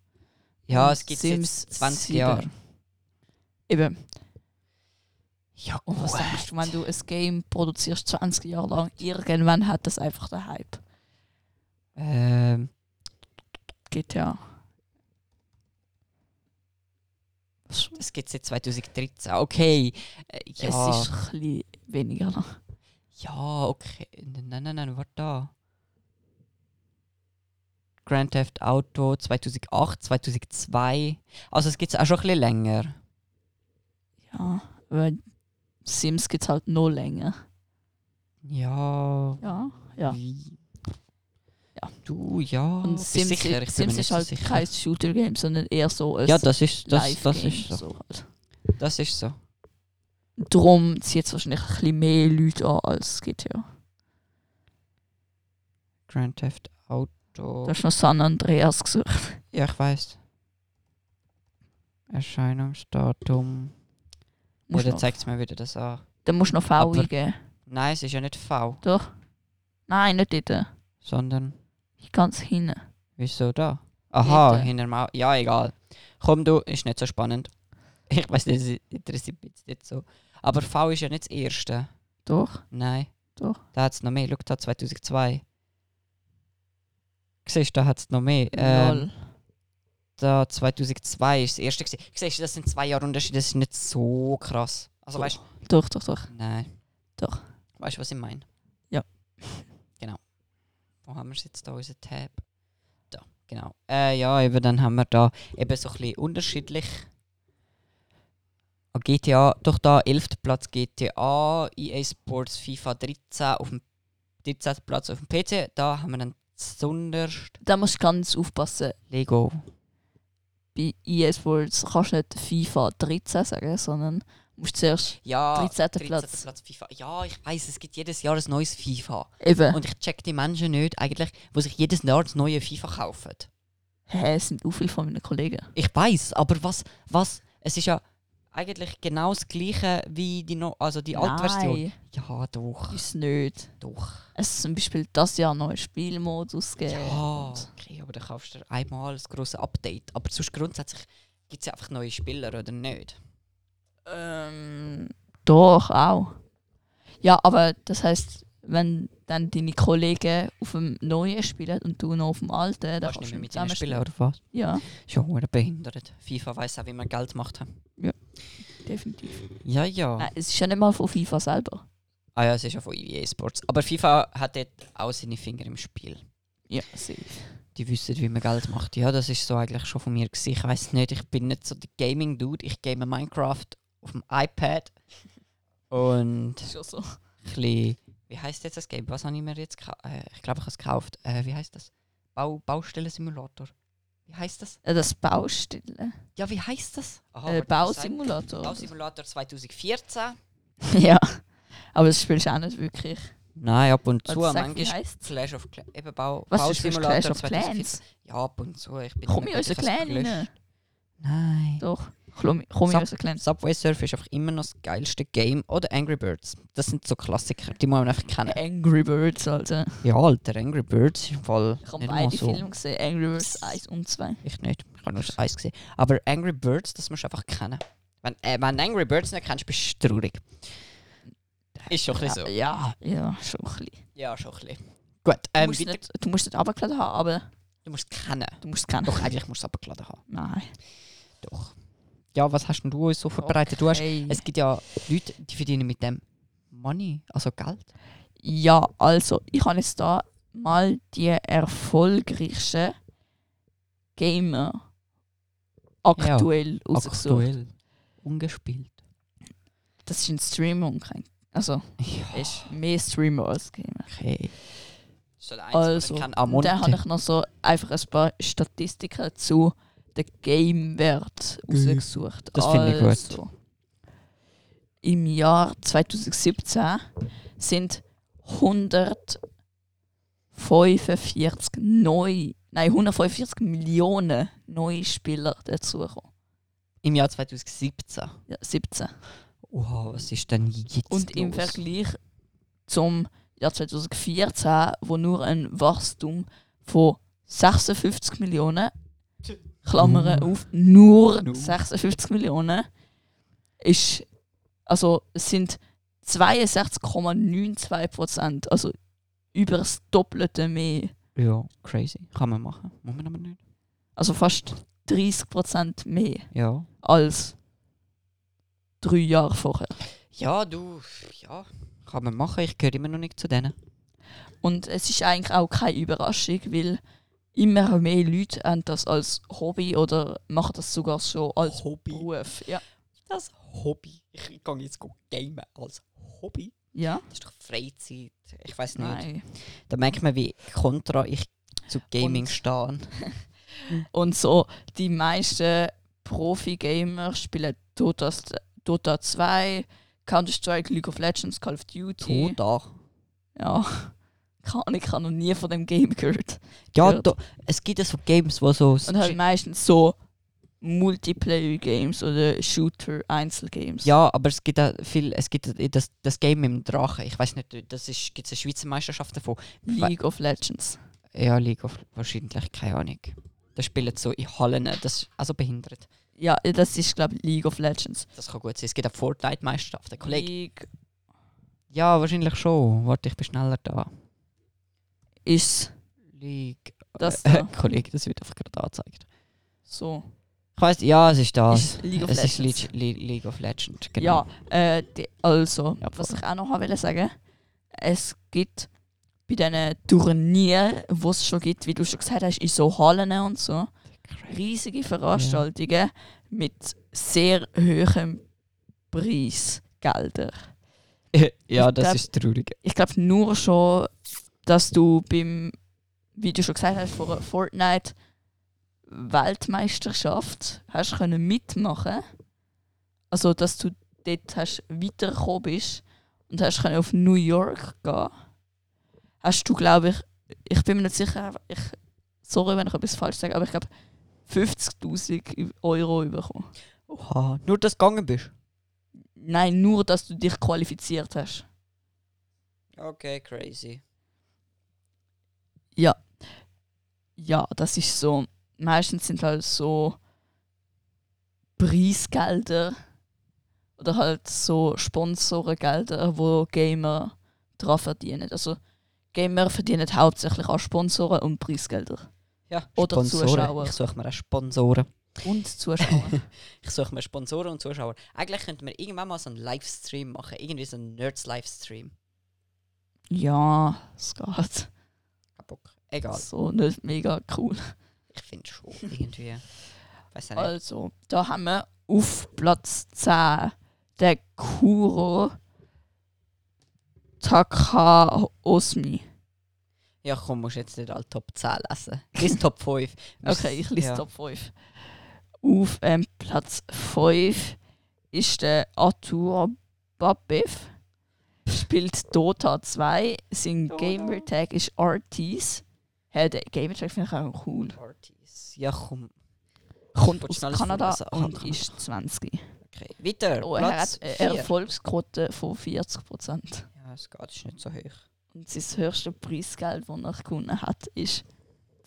[SPEAKER 2] Ja, es gibt
[SPEAKER 3] Sims
[SPEAKER 2] jetzt 20
[SPEAKER 3] sieben.
[SPEAKER 2] Jahre.
[SPEAKER 3] Eben.
[SPEAKER 2] Ja,
[SPEAKER 3] Und Oh, was denkst du, wenn du ein Game produzierst 20 Jahre lang, irgendwann hat das einfach den Hype.
[SPEAKER 2] Ähm,
[SPEAKER 3] GTA.
[SPEAKER 2] das gibt es jetzt 2013. Okay. Äh, ja,
[SPEAKER 3] Es ist ein bisschen weniger lang.
[SPEAKER 2] ja, okay. Nein, nein, nein, warte da. Grand Theft Auto 2008, 2002. Also es gibt es auch schon ein bisschen länger.
[SPEAKER 3] Ja, weil Sims gibt es halt noch länger.
[SPEAKER 2] Ja.
[SPEAKER 3] Ja, ja.
[SPEAKER 2] Wie?
[SPEAKER 3] Ja.
[SPEAKER 2] Du, ja.
[SPEAKER 3] Und
[SPEAKER 2] bist
[SPEAKER 3] Sims,
[SPEAKER 2] sicher? Ich bin mir
[SPEAKER 3] Sims
[SPEAKER 2] nicht
[SPEAKER 3] ist
[SPEAKER 2] so
[SPEAKER 3] halt
[SPEAKER 2] sicher.
[SPEAKER 3] kein Shooter-Game, sondern eher so ein
[SPEAKER 2] Ja, das ist, das, das
[SPEAKER 3] Live-Game,
[SPEAKER 2] ist so.
[SPEAKER 3] so halt.
[SPEAKER 2] Das ist so.
[SPEAKER 3] Darum zieht es wahrscheinlich ein bisschen mehr Leute an als GTA.
[SPEAKER 2] Grand Theft
[SPEAKER 3] Da
[SPEAKER 2] Auto.
[SPEAKER 3] hast du noch San Andreas gesucht.
[SPEAKER 2] Ja, ich weiß. Erscheinungsdatum
[SPEAKER 3] Musst
[SPEAKER 2] Oder
[SPEAKER 3] noch,
[SPEAKER 2] zeigt es mir wieder das an?
[SPEAKER 3] dann musst du noch V
[SPEAKER 2] Aber-
[SPEAKER 3] eingeben.
[SPEAKER 2] Nein, es ist ja nicht V,
[SPEAKER 3] Doch. Nein, nicht dort.
[SPEAKER 2] sondern
[SPEAKER 3] Ganz hinten.
[SPEAKER 2] wieso da? Aha,
[SPEAKER 3] Dort.
[SPEAKER 2] hinter Mau. Ja, egal. Komm du, ist nicht so spannend. Ich weiß nicht, das interessiert mich jetzt nicht so. Aber V ist ja nicht das erste.
[SPEAKER 3] Doch.
[SPEAKER 2] Nein.
[SPEAKER 3] Doch.
[SPEAKER 2] Da hat es noch mehr. Schau, da 2002. Siehst du, da hat es noch mehr. Ähm,
[SPEAKER 3] Lol.
[SPEAKER 2] da 2002 ist das erste. gewesen. Siehst du, das sind zwei Jahre Unterschied, das ist nicht so krass. Also weißt du,
[SPEAKER 3] Doch, doch, doch.
[SPEAKER 2] nein.
[SPEAKER 3] Doch.
[SPEAKER 2] Weißt du, was ich meine?
[SPEAKER 3] Ja.
[SPEAKER 2] Genau. Wo haben wir es jetzt da, unser Tab? Da, genau. Äh, ja, eben, dann haben wir da eben so ein bisschen unterschiedlich. Ah, GTA, doch da 11. Platz GTA, EA E Sports FIFA 13 auf dem 13. Platz auf dem PC. Da haben wir dann sonderst
[SPEAKER 3] Da musst du ganz aufpassen.
[SPEAKER 2] Lego.
[SPEAKER 3] Bei ESWords kannst du nicht FIFA 13 sagen, sondern musst zuerst
[SPEAKER 2] Ja, 13.
[SPEAKER 3] 13. Platz.
[SPEAKER 2] FIFA. Ja, ich weiß, es gibt jedes Jahr ein neues FIFA.
[SPEAKER 3] eben.
[SPEAKER 2] Und ich check die Menschen nicht, eigentlich, wo sich jedes Jahr das neue FIFA kaufen.
[SPEAKER 3] Hä, es sind auch viele von meinen Kollegen.
[SPEAKER 2] Ich weiß, aber was, was, es ist ja eigentlich genau das gleiche wie die, no, also die Altversion.
[SPEAKER 3] Nein,
[SPEAKER 2] Ja, doch,
[SPEAKER 3] ist nicht.
[SPEAKER 2] doch.
[SPEAKER 3] Es ist zum Beispiel das Jahr neuer Spielmodus gegeben.
[SPEAKER 2] Ja,
[SPEAKER 3] und-
[SPEAKER 2] okay, aber dann kaufst du einmal das große Update. Aber sonst grundsätzlich gibt es ja einfach neue Spieler, oder nicht?
[SPEAKER 3] Ähm, doch, auch. Ja, aber das heißt, wenn dann deine Kollegen auf dem neuen spielen und du noch auf dem alten, dann
[SPEAKER 2] Kannst
[SPEAKER 3] kannst
[SPEAKER 2] du nicht
[SPEAKER 3] du
[SPEAKER 2] mehr mit
[SPEAKER 3] nicht
[SPEAKER 2] ihnen
[SPEAKER 3] zusammen
[SPEAKER 2] spielen, oder was?
[SPEAKER 3] spielen. Ja,
[SPEAKER 2] Ist ja verdammt behindert. FIFA weiß auch, wie man Geld macht.
[SPEAKER 3] definitiv.
[SPEAKER 2] Ja, ja.
[SPEAKER 3] Nein, es ist ja nicht mal von FIFA selber.
[SPEAKER 2] Ah ja, es ist ja von EA Sports. Aber FIFA hat dort auch seine Finger im Spiel.
[SPEAKER 3] Ja, safe.
[SPEAKER 2] Die wissen, wie man Geld macht. Ja, das ist so eigentlich schon von mir. Gewesen. Ich weiß nicht, ich bin nicht so der Gaming-Dude. Ich game Minecraft auf dem iPad. Und
[SPEAKER 3] Das ist ja so.
[SPEAKER 2] ein bisschen, wie heißt jetzt das Game? Was habe ich mir jetzt gekauft? Äh, ich glaube, ich habe es gekauft. Äh, wie heißt das? Bau Baustellensimulator. Wie heißt das? Ah,
[SPEAKER 3] Äh, Das Baustille.
[SPEAKER 2] Ja, wie heißt das? Aha,
[SPEAKER 3] Äh,
[SPEAKER 2] warte, was sagt-
[SPEAKER 3] Bausimulator.
[SPEAKER 2] Bausimulator 2014.
[SPEAKER 3] ja. Aber das spielst du auch nicht wirklich.
[SPEAKER 2] Nein, ab und zu.
[SPEAKER 3] Warte, sag, wie
[SPEAKER 2] manchmal
[SPEAKER 3] heisst's?
[SPEAKER 2] Clash of Clans. Eben Bau
[SPEAKER 3] Was, du spielst
[SPEAKER 2] Bausimulator
[SPEAKER 3] Clash of Clans?
[SPEAKER 2] Ja, ab und zu. Ich bin
[SPEAKER 3] Komm
[SPEAKER 2] nicht
[SPEAKER 3] in unseren
[SPEAKER 2] wirklich ein
[SPEAKER 3] Clan rein.
[SPEAKER 2] Clash- Nein.
[SPEAKER 3] Doch. Komm komm in
[SPEAKER 2] Sub-
[SPEAKER 3] unseren Clan.
[SPEAKER 2] Subway Surf ist einfach immer noch das geilste Game. Oder Angry Birds. Das sind so Klassiker, die muss man einfach kennen.
[SPEAKER 3] Angry Birds, Alter.
[SPEAKER 2] Ja, Alter, Angry Birds ist im Fall
[SPEAKER 3] Ich habe
[SPEAKER 2] nicht mal
[SPEAKER 3] beide
[SPEAKER 2] so.
[SPEAKER 3] Filme gesehen. Angry Birds 1 und 2.
[SPEAKER 2] Ich nicht, ich habe nur das Eis gesehen. Aber Angry Birds, das musst du einfach kennen. Wenn, äh, wenn du Angry Birds nicht kennst, bist du traurig. Ist schon ein bisschen so.
[SPEAKER 3] Ja, ja, schon ein bisschen.
[SPEAKER 2] Ja, schon ein bisschen. Gut, ähm,
[SPEAKER 3] du, musst
[SPEAKER 2] weiter-
[SPEAKER 3] nicht, du musst es nicht runtergeladen haben, aber
[SPEAKER 2] du musst es kennen.
[SPEAKER 3] du musst es kennen.
[SPEAKER 2] Doch, eigentlich musst du es abgeladen haben.
[SPEAKER 3] Nein.
[SPEAKER 2] Doch. Ja, was hast denn du uns so vorbereitet? Du hast,
[SPEAKER 3] Hey.
[SPEAKER 2] es gibt ja Leute, die verdienen mit dem Money, also Geld.
[SPEAKER 3] ja, also, ich habe jetzt da mal die erfolgreichsten Gamer aktuell rausgesucht.
[SPEAKER 2] Ungespielt.
[SPEAKER 3] Das ist ein Streamer und kein. Also,
[SPEAKER 2] Ja.
[SPEAKER 3] er ist mehr Streamer als Gamer.
[SPEAKER 2] Okay. So der Ah, Einzige,
[SPEAKER 3] Also,
[SPEAKER 2] den ich
[SPEAKER 3] dann
[SPEAKER 2] kenne, am
[SPEAKER 3] habe
[SPEAKER 2] Montag.
[SPEAKER 3] ich noch so einfach ein paar Statistiken zu den Game-Wert rausgesucht.
[SPEAKER 2] Mhm. Das finde ich gut.
[SPEAKER 3] gut. Im Jahr 2017 sind 145 neu, nein, 145 Millionen neue Spieler dazugekommen.
[SPEAKER 2] Im Jahr 2017.
[SPEAKER 3] Ja, 17.
[SPEAKER 2] Wow, was ist denn jetzt
[SPEAKER 3] Und im
[SPEAKER 2] los?
[SPEAKER 3] Vergleich zum Jahr 2014, wo nur ein Wachstum von 56 Millionen, Klammern auf, nur
[SPEAKER 2] Nur.
[SPEAKER 3] 56 Millionen, ist, also es sind 62,92 Prozent, also über das Doppelte mehr.
[SPEAKER 2] Ja, crazy. Kann man machen. Muss man aber nicht.
[SPEAKER 3] Also fast 30 Prozent mehr
[SPEAKER 2] Ja.
[SPEAKER 3] als drei Jahre vorher.
[SPEAKER 2] Ja, du, ja. Kann man machen. Ich gehöre immer noch nicht zu denen.
[SPEAKER 3] Und es ist eigentlich auch keine Überraschung, weil immer mehr Leute haben das als Hobby oder machen das sogar schon als
[SPEAKER 2] Hobby.
[SPEAKER 3] Beruf. Ja.
[SPEAKER 2] Das Hobby. Ich gehe jetzt gamen als Hobby.
[SPEAKER 3] Ja?
[SPEAKER 2] Das ist doch Freizeit. Ich weiß nicht.
[SPEAKER 3] Nein.
[SPEAKER 2] Da merkt man, wie kontra ich zu Gaming
[SPEAKER 3] Und-
[SPEAKER 2] stehe.
[SPEAKER 3] Und so, die meisten Profi-Gamer spielen Dota, Dota 2, Counter-Strike, League of Legends, Call of Duty.
[SPEAKER 2] Toda.
[SPEAKER 3] Ja. Keine Ahnung, ich habe noch nie von dem Game gehört.
[SPEAKER 2] Ja,
[SPEAKER 3] Gehört. halt
[SPEAKER 2] da, es gibt ja so Games, wo so.
[SPEAKER 3] Und halt meistens so Multiplayer-Games oder Shooter-Einzelgames.
[SPEAKER 2] Ja, aber es gibt auch viel, es gibt das, das Game mit dem Drachen. Ich weiß nicht, das ist, gibt es eine Schweizer Meisterschaft davon?
[SPEAKER 3] League of Legends.
[SPEAKER 2] Ja, League of wahrscheinlich, keine Ahnung. Das spielen so in Hallen, das ist also behindert.
[SPEAKER 3] Ja, das ist, glaube ich, League of Legends.
[SPEAKER 2] Das kann gut sein. Es gibt auch Fortnite-Meisterschaften, Kollege.
[SPEAKER 3] League
[SPEAKER 2] Ja, wahrscheinlich schon. Warte, ich bin schneller da.
[SPEAKER 3] ist
[SPEAKER 2] League.
[SPEAKER 3] Das
[SPEAKER 2] äh,
[SPEAKER 3] da.
[SPEAKER 2] Kollege, das wird einfach gerade angezeigt.
[SPEAKER 3] so.
[SPEAKER 2] Ich weiß, ja, es ist das.
[SPEAKER 3] Ist League of
[SPEAKER 2] es ist
[SPEAKER 3] Legends.
[SPEAKER 2] League, League of Legends, genau.
[SPEAKER 3] Ja, äh, die, also,
[SPEAKER 2] Ja,
[SPEAKER 3] was
[SPEAKER 2] voll.
[SPEAKER 3] ich auch noch wollte sagen, es gibt bei diesen Turnieren, die es schon gibt, wie du schon gesagt hast, in so Hallen und so, riesige Veranstaltungen mit sehr hohem Preisgeldern.
[SPEAKER 2] Ja, ja
[SPEAKER 3] Ich
[SPEAKER 2] das
[SPEAKER 3] glaub-
[SPEAKER 2] ist traurig.
[SPEAKER 3] Ich glaube nur schon, dass du beim, wie du schon gesagt hast, vor einer Fortnite Weltmeisterschaft hast können mitmachen. Also, dass du dort hast weitergekommen bist und hast können auf New York gehen. Hast du, glaube ich, ich bin mir nicht sicher, ich, sorry, wenn ich etwas falsch sage, aber ich glaube 50.000 Euro bekommen.
[SPEAKER 2] Oha, nur dass du gegangen bist.
[SPEAKER 3] Nein, nur, dass du dich qualifiziert hast.
[SPEAKER 2] Okay, crazy.
[SPEAKER 3] ja, das ist so. Meistens sind halt so Preisgelder oder halt so Sponsorengelder, wo Gamer dran verdienen. Also Gamer verdienen hauptsächlich an Sponsoren und Preisgelder.
[SPEAKER 2] Ja,
[SPEAKER 3] Oder
[SPEAKER 2] Sponsoren.
[SPEAKER 3] Zuschauer.
[SPEAKER 2] Ich suche mir auch Sponsoren.
[SPEAKER 3] Und Zuschauer.
[SPEAKER 2] Ich suche mir Sponsoren und Zuschauer. Eigentlich könnten wir irgendwann mal so einen Livestream machen. Irgendwie so einen Nerds-Livestream.
[SPEAKER 3] ja, es geht.
[SPEAKER 2] Kein Bock. Egal.
[SPEAKER 3] So nicht mega cool.
[SPEAKER 2] Ich finde schon irgendwie. Weiß auch nicht.
[SPEAKER 3] Also, da haben wir auf Platz 10 den Kuro Takaosmi.
[SPEAKER 2] Ja, komm, musst jetzt nicht alle Top 10 lesen. Bis Top 5.
[SPEAKER 3] Okay, ich lese
[SPEAKER 2] ja.
[SPEAKER 3] Top 5. Auf ähm, Platz 5 ist der Arthur Babev. Spielt Dota 2. Sein
[SPEAKER 2] Dota.
[SPEAKER 3] Gamertag ist Artis. Hä, der Gamertag finde ich auch cool.
[SPEAKER 2] Parties. Ja, komm.
[SPEAKER 3] Kommt
[SPEAKER 2] Wolltest
[SPEAKER 3] aus
[SPEAKER 2] du alles
[SPEAKER 3] Kanada
[SPEAKER 2] vorlesen? Aha,
[SPEAKER 3] und
[SPEAKER 2] Kanada.
[SPEAKER 3] ist 20.
[SPEAKER 2] Okay. Weiter.
[SPEAKER 3] Oh, er
[SPEAKER 2] Platz
[SPEAKER 3] hat eine
[SPEAKER 2] vier.
[SPEAKER 3] Erfolgsquote von 40%.
[SPEAKER 2] Ja, es geht, ist nicht so hoch.
[SPEAKER 3] Und sein höchstes Preisgeld, das er gewonnen hat, ist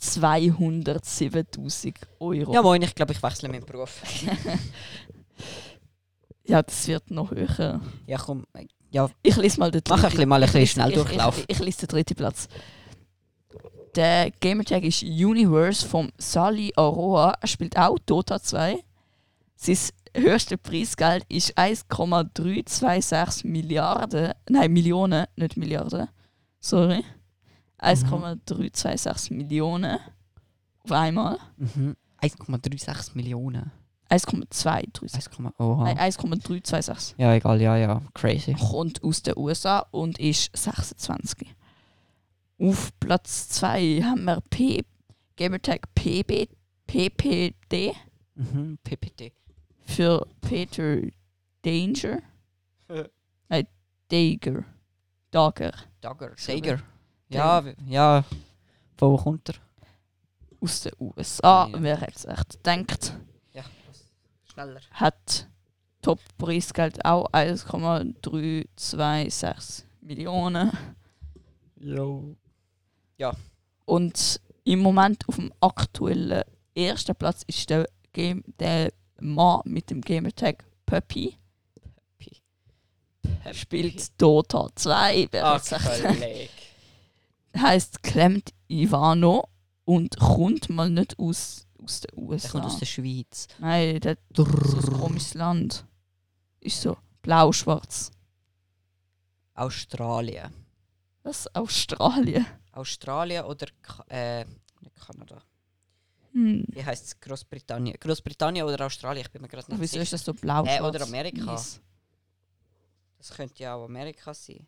[SPEAKER 3] 207.000 Euro.
[SPEAKER 2] Ja, moin, ich glaube, ich wechsle meinen Beruf.
[SPEAKER 3] ja, das wird noch höher.
[SPEAKER 2] Ja, komm. Ja,
[SPEAKER 3] Ich lese mal den
[SPEAKER 2] mach ein
[SPEAKER 3] dritten-
[SPEAKER 2] bisschen mal ein bisschen schnell
[SPEAKER 3] ich,
[SPEAKER 2] durchlaufen.
[SPEAKER 3] Ich, ich, ich lese den dritten Platz. Der Gamertag ist Universe vom Sally Aroa. Er spielt auch Dota 2. Sein höchstes Preisgeld ist 1,326 Milliarden. Nein, Millionen, nicht Milliarden. Sorry. 1,326 Millionen. Auf einmal.
[SPEAKER 2] Mhm. 1,36 Millionen.
[SPEAKER 3] 1,236.
[SPEAKER 2] 1,0. Oha.
[SPEAKER 3] Nein, 1,326.
[SPEAKER 2] Ja, egal, ja, ja. Crazy.
[SPEAKER 3] kommt aus den USA und ist 26. Auf Platz 2 haben wir P Gamertag PB, PPD
[SPEAKER 2] Mhm. PPT.
[SPEAKER 3] für Peter Danger. Nein, Dager. Dager.
[SPEAKER 2] Dagger. Sager. Ja, w- ja. Von wo kommt er?
[SPEAKER 3] Aus den USA.
[SPEAKER 2] Ja.
[SPEAKER 3] Wer hätte es echt gedacht?
[SPEAKER 2] Ja. Schneller.
[SPEAKER 3] Hat Top-Preisgeld auch 1,326 Millionen.
[SPEAKER 2] Jo.
[SPEAKER 3] Und im Moment auf dem aktuellen ersten Platz ist der, Game, der Mann mit dem Gamertag Puppy. Spielt Dota 2,
[SPEAKER 2] Ah,
[SPEAKER 3] wer
[SPEAKER 2] Kollege.
[SPEAKER 3] heißt Clement Ivano und kommt mal nicht aus, aus den
[SPEAKER 2] Er
[SPEAKER 3] USA.
[SPEAKER 2] kommt aus der Schweiz.
[SPEAKER 3] Nein, der so ein komisches Land. Ist so blau-schwarz.
[SPEAKER 2] Australien.
[SPEAKER 3] Das ist Australien.
[SPEAKER 2] Australien oder Ka äh, nicht Kanada.
[SPEAKER 3] Hm.
[SPEAKER 2] Wie heißt es? Großbritannien. Großbritannien oder Australien? Ich bin mir gerade nicht
[SPEAKER 3] Wieso ist
[SPEAKER 2] sicher.
[SPEAKER 3] das so blau-schwarz?
[SPEAKER 2] Äh, oder Amerika.
[SPEAKER 3] Weiss.
[SPEAKER 2] Das könnte ja auch Amerika sein.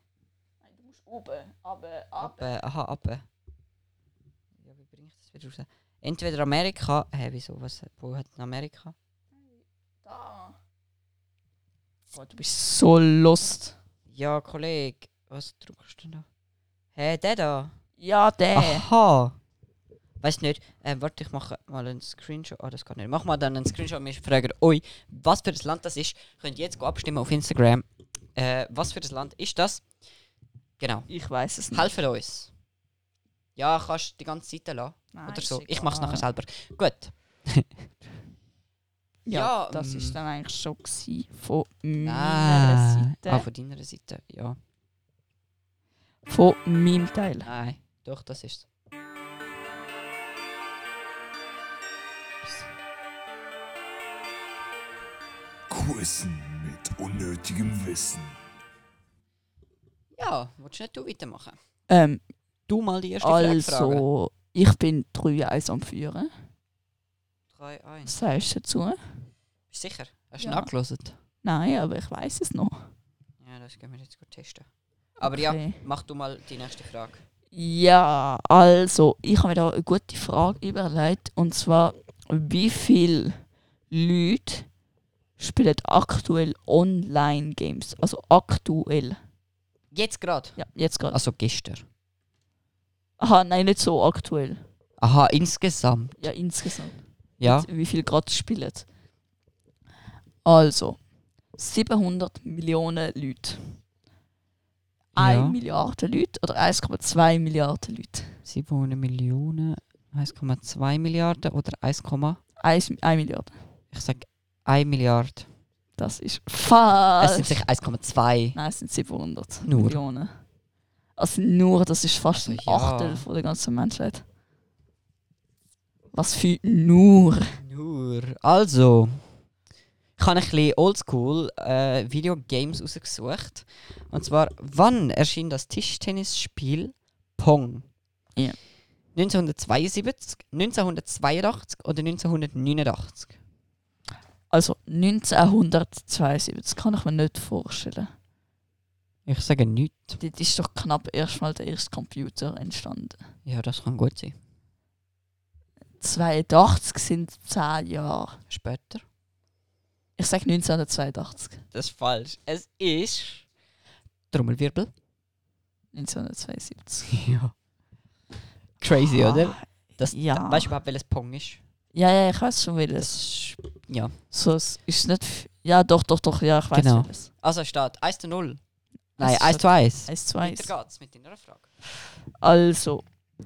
[SPEAKER 3] Nein, du musst oben, aber ab.
[SPEAKER 2] Appe, aha, Appe. Ja, wie bringe ich das wieder raus? Entweder Amerika. Hä, wieso? Was, wo hat denn Amerika?
[SPEAKER 3] Da. Boah, du bist so lost.
[SPEAKER 2] Ja, Kollege,
[SPEAKER 3] Äh.
[SPEAKER 2] was drückst du denn da? Hä, der da?
[SPEAKER 3] Ja, der.
[SPEAKER 2] Aha! Weiß nicht, äh, warte, ich mache mal einen Screenshot. Ah, das kann nicht. Mach mal dann einen Screenshot. Wir fragen euch, was für ein Land das ist. Könnt ihr jetzt go abstimmen auf Instagram. Äh, was für ein Land ist das? Genau.
[SPEAKER 3] Ich weiß es nicht.
[SPEAKER 2] Helfen uns. Ja, kannst die ganze Seite lassen.
[SPEAKER 3] Nein,
[SPEAKER 2] oder
[SPEAKER 3] ist
[SPEAKER 2] so. Ich
[SPEAKER 3] egal.
[SPEAKER 2] mach's nachher selber. Gut.
[SPEAKER 3] Ja,
[SPEAKER 2] Ja,
[SPEAKER 3] das ist
[SPEAKER 2] mm.
[SPEAKER 3] dann eigentlich schon gsi von meiner
[SPEAKER 2] Ah,
[SPEAKER 3] Seite.
[SPEAKER 2] ah, von deiner Seite. Ja.
[SPEAKER 3] Von meinem Teil.
[SPEAKER 2] Nein. Doch, das ist
[SPEAKER 1] Quizzen mit unnötigem Wissen.
[SPEAKER 2] Ja, willst du nicht du weitermachen?
[SPEAKER 3] Ähm,
[SPEAKER 2] Du mal die erste Frage.
[SPEAKER 3] also, ich bin 3-1 am Führen.
[SPEAKER 2] 3, 1.
[SPEAKER 3] Was sagst du dazu?
[SPEAKER 2] Bist du sicher? Hast du
[SPEAKER 3] Ja.
[SPEAKER 2] nachgelesen?
[SPEAKER 3] Nein, aber ich weiß es noch.
[SPEAKER 2] Ja, das gehen wir jetzt gut testen. Aber ja,
[SPEAKER 3] Okay.
[SPEAKER 2] mach du mal die nächste Frage.
[SPEAKER 3] Ja, also, ich habe mir da eine gute Frage überlegt. Und zwar, wie viele Leute spielen aktuell Online-Games? Also aktuell.
[SPEAKER 2] Jetzt gerade?
[SPEAKER 3] Ja, jetzt gerade.
[SPEAKER 2] Also gestern.
[SPEAKER 3] Aha, nein, nicht so aktuell.
[SPEAKER 2] Aha, insgesamt.
[SPEAKER 3] Ja, insgesamt.
[SPEAKER 2] Ja.
[SPEAKER 3] Wie viel gerade spielen. Also, 700 Millionen Leute. 1
[SPEAKER 2] Ja.
[SPEAKER 3] Milliarde Leute oder 1,2 Milliarden Leute?
[SPEAKER 2] 700 Millionen, 1,2 Milliarden oder 1,
[SPEAKER 3] 1, 1 Milliarde.
[SPEAKER 2] ich sag 1 Milliarde.
[SPEAKER 3] Das ist falsch.
[SPEAKER 2] Es sind sicher 1,2.
[SPEAKER 3] Nein, es sind 700
[SPEAKER 2] Nur.
[SPEAKER 3] Millionen. Also nur, das ist fast
[SPEAKER 2] Also
[SPEAKER 3] ein
[SPEAKER 2] ja.
[SPEAKER 3] Achtel von der ganzen Menschheit. Was für nur.
[SPEAKER 2] Nur. Also, ich habe ein bisschen oldschool äh, Videogames rausgesucht. Und zwar, wann erschien das Tischtennisspiel Pong?
[SPEAKER 3] Ja.
[SPEAKER 2] 1972, 1982 oder 1989?
[SPEAKER 3] Also 1972 kann ich mir nicht vorstellen.
[SPEAKER 2] Ich sage nichts.
[SPEAKER 3] Dort ist doch knapp erstmal der erste Computer entstanden.
[SPEAKER 2] Ja, das kann gut sein.
[SPEAKER 3] 82 sind 10 Jahre.
[SPEAKER 2] Später?
[SPEAKER 3] Ich sage 1982.
[SPEAKER 2] Das ist falsch. Es ist. Trommelwirbel.
[SPEAKER 3] 1972.
[SPEAKER 2] Ja. Crazy, oder?
[SPEAKER 3] Ah,
[SPEAKER 2] Das,
[SPEAKER 3] ja.
[SPEAKER 2] Weißt du überhaupt, welches Pong ist?
[SPEAKER 3] ja, ja, ich weiß schon, wie das
[SPEAKER 2] Das ja.
[SPEAKER 3] So, es ist nicht. f- Ja, doch, doch, doch, ja, ich weiß
[SPEAKER 2] Genau.
[SPEAKER 3] genau. es.
[SPEAKER 2] Also steht 1 zu 0.
[SPEAKER 3] Also
[SPEAKER 2] Nein,
[SPEAKER 3] steht
[SPEAKER 2] 1 zu 1.
[SPEAKER 3] 1, 2,
[SPEAKER 2] Weiter geht's mit deiner Frage.
[SPEAKER 3] Also,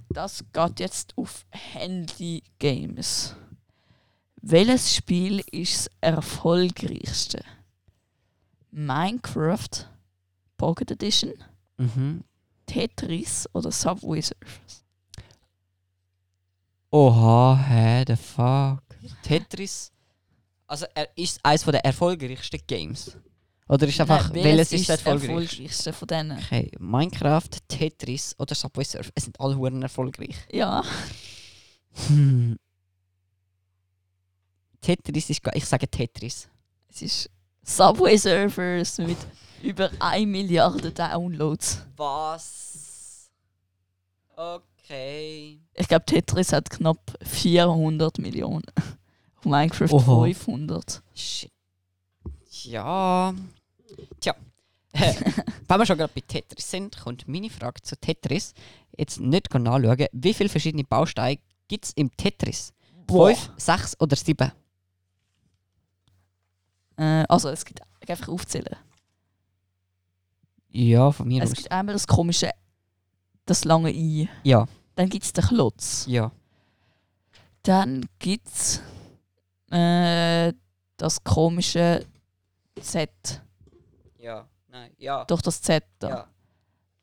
[SPEAKER 3] das geht jetzt auf Handy-Games. Welches Spiel ist das erfolgreichste? Minecraft, Pocket Edition,
[SPEAKER 2] Mhm.
[SPEAKER 3] Tetris oder Subway Surfers?
[SPEAKER 2] Oha, hä, the fuck. Tetris. Also er ist eines der erfolgreichsten Games. Oder ist einfach,
[SPEAKER 3] Nein,
[SPEAKER 2] welches ist
[SPEAKER 3] das
[SPEAKER 2] das erfolgreich?
[SPEAKER 3] erfolgreichste von denen?
[SPEAKER 2] Okay, Minecraft, Tetris oder Subway Surf. Es sind alle Huren erfolgreich.
[SPEAKER 3] Ja,
[SPEAKER 2] Hm. Tetris ist. ge- Ich sage Tetris.
[SPEAKER 3] es ist Subway Surfers mit über 1 Milliarde Downloads.
[SPEAKER 2] Was? Okay.
[SPEAKER 3] Ich glaube, Tetris hat knapp 400 Millionen. Minecraft
[SPEAKER 2] Oha.
[SPEAKER 3] 500.
[SPEAKER 2] Shit. Ja. Tja. Äh, Wenn wir schon gerade bei Tetris sind, kommt meine Frage zu Tetris. Jetzt nicht genau nachschauen, wie viele verschiedene Bausteine gibt es im Tetris? Fünf, sechs oder sieben?
[SPEAKER 3] Äh, also, es gibt ich kann einfach aufzählen.
[SPEAKER 2] Ja, von mir
[SPEAKER 3] Es
[SPEAKER 2] aus.
[SPEAKER 3] gibt einmal das komische, das lange I.
[SPEAKER 2] Ja,
[SPEAKER 3] Dann gibt es den Klotz.
[SPEAKER 2] ja.
[SPEAKER 3] Dann gibt es äh, das komische Z.
[SPEAKER 2] Ja, nein, ja.
[SPEAKER 3] Doch das Z da.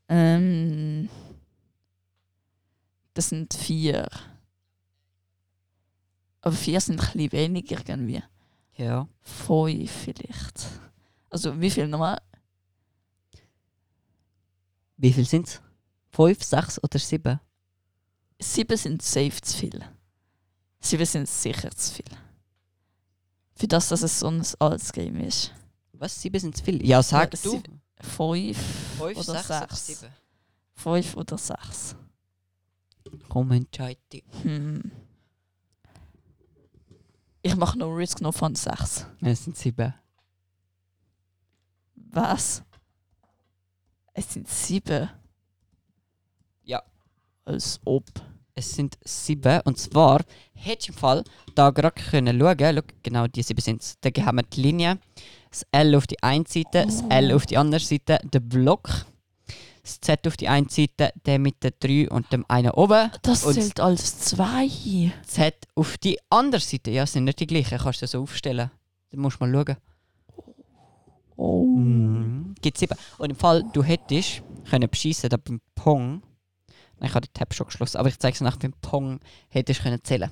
[SPEAKER 3] Ähm, das sind vier. Aber vier sind ein bisschen weniger irgendwie.
[SPEAKER 2] Ja.
[SPEAKER 3] Fünf vielleicht. Also wie viel nochmal?
[SPEAKER 2] Wie viele sind es? Fünf, sechs oder sieben?
[SPEAKER 3] Sieben sind safe zu viel. Sieben sind sicher zu viel. Für das, dass es so ein altes Game ist.
[SPEAKER 2] Was? Sieben sind zu viel? Ja, sag
[SPEAKER 3] Ja,
[SPEAKER 2] du.
[SPEAKER 3] sieb- Fünf, oder sechs. Fünf oder sechs.
[SPEAKER 2] Komm, entscheide dich.
[SPEAKER 3] Hm. Ich mache noch Risk noch von sechs.
[SPEAKER 2] Es sind sieben.
[SPEAKER 3] Was? Es sind sieben.
[SPEAKER 2] Ja.
[SPEAKER 3] Als ob.
[SPEAKER 2] es sind sieben. Und zwar hättest du im Fall da gerade können schauen können. Genau die sieben sind es. Dann haben wir die Linie, das L auf die eine Seite, das L auf die andere Seite, den Block, das Z auf die eine Seite, der mit den drei und dem einen oben.
[SPEAKER 3] Das
[SPEAKER 2] und
[SPEAKER 3] zählt als zwei.
[SPEAKER 2] das Z auf die andere Seite. Ja, es sind nicht die gleichen. Kannst du das so aufstellen. Dann musst du mal schauen.
[SPEAKER 3] Oh.
[SPEAKER 2] Mhm. Gibt sieben. Und im Fall, du hättest können beschissen, da beim Pong. Nein, Ich habe den Tab schon geschlossen, aber ich zeige es nach beim Pong hättest können zählen.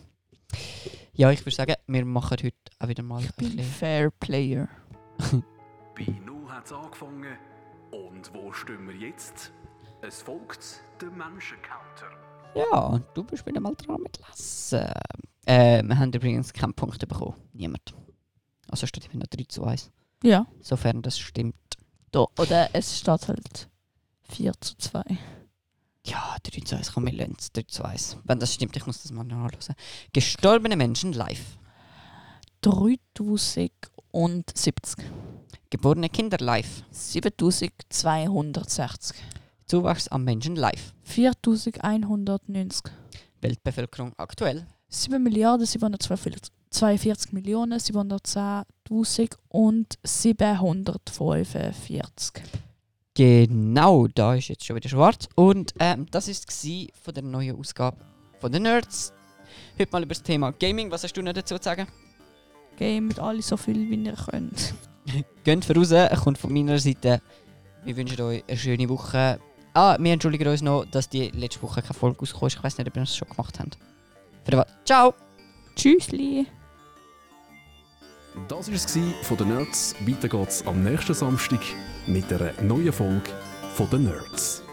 [SPEAKER 2] Ja, ich würde sagen, wir machen heute auch wieder mal
[SPEAKER 3] Ich
[SPEAKER 2] ein
[SPEAKER 3] bin
[SPEAKER 2] bisschen.
[SPEAKER 3] Fair Player.
[SPEAKER 1] Bei Nu hat es angefangen. Und wo stehen wir jetzt? Es folgt der Menschencounter.
[SPEAKER 2] Ja, und du bist wieder mal dran mit Lassen. Äh, wir haben übrigens keinen Punkt bekommen. Niemand. Also steht immer noch 3 zu 1.
[SPEAKER 3] Ja.
[SPEAKER 2] Sofern das stimmt.
[SPEAKER 3] Da. Oder es steht halt 4 zu 2.
[SPEAKER 2] Ja, 3 zu 1 komm, wir lassen es. 3 zu 1. Wenn das stimmt, ich muss das mal nachlesen. Gestorbene Menschen live.
[SPEAKER 3] 3070.
[SPEAKER 2] Geborene Kinder live.
[SPEAKER 3] 7260.
[SPEAKER 2] Zuwachs am Menschen live.
[SPEAKER 3] 4190.
[SPEAKER 2] Weltbevölkerung aktuell.
[SPEAKER 3] 7 Milliarden 742 Millionen 710.000 und 745.
[SPEAKER 2] Genau, da ist jetzt schon wieder schwarz. Und ähm, das war von der neuen Ausgabe von den Nerds. Heute mal über das Thema Gaming. Was hast du noch dazu zu sagen?
[SPEAKER 3] Gamet alle so viel, wie ihr könnt.
[SPEAKER 2] Geht voraus, kommt von meiner Seite. Wir wünschen euch eine schöne Woche. Ah, wir entschuldigen uns noch, dass die letzte Woche keine Folge rausgekommen ist. Ich weiß nicht, ob wir das schon gemacht haben. Für den Ciao!
[SPEAKER 3] Tschüssli!
[SPEAKER 1] Das war es von den Nerds. Weiter geht's am nächsten Samstag mit einer neuen Folge von den Nerds.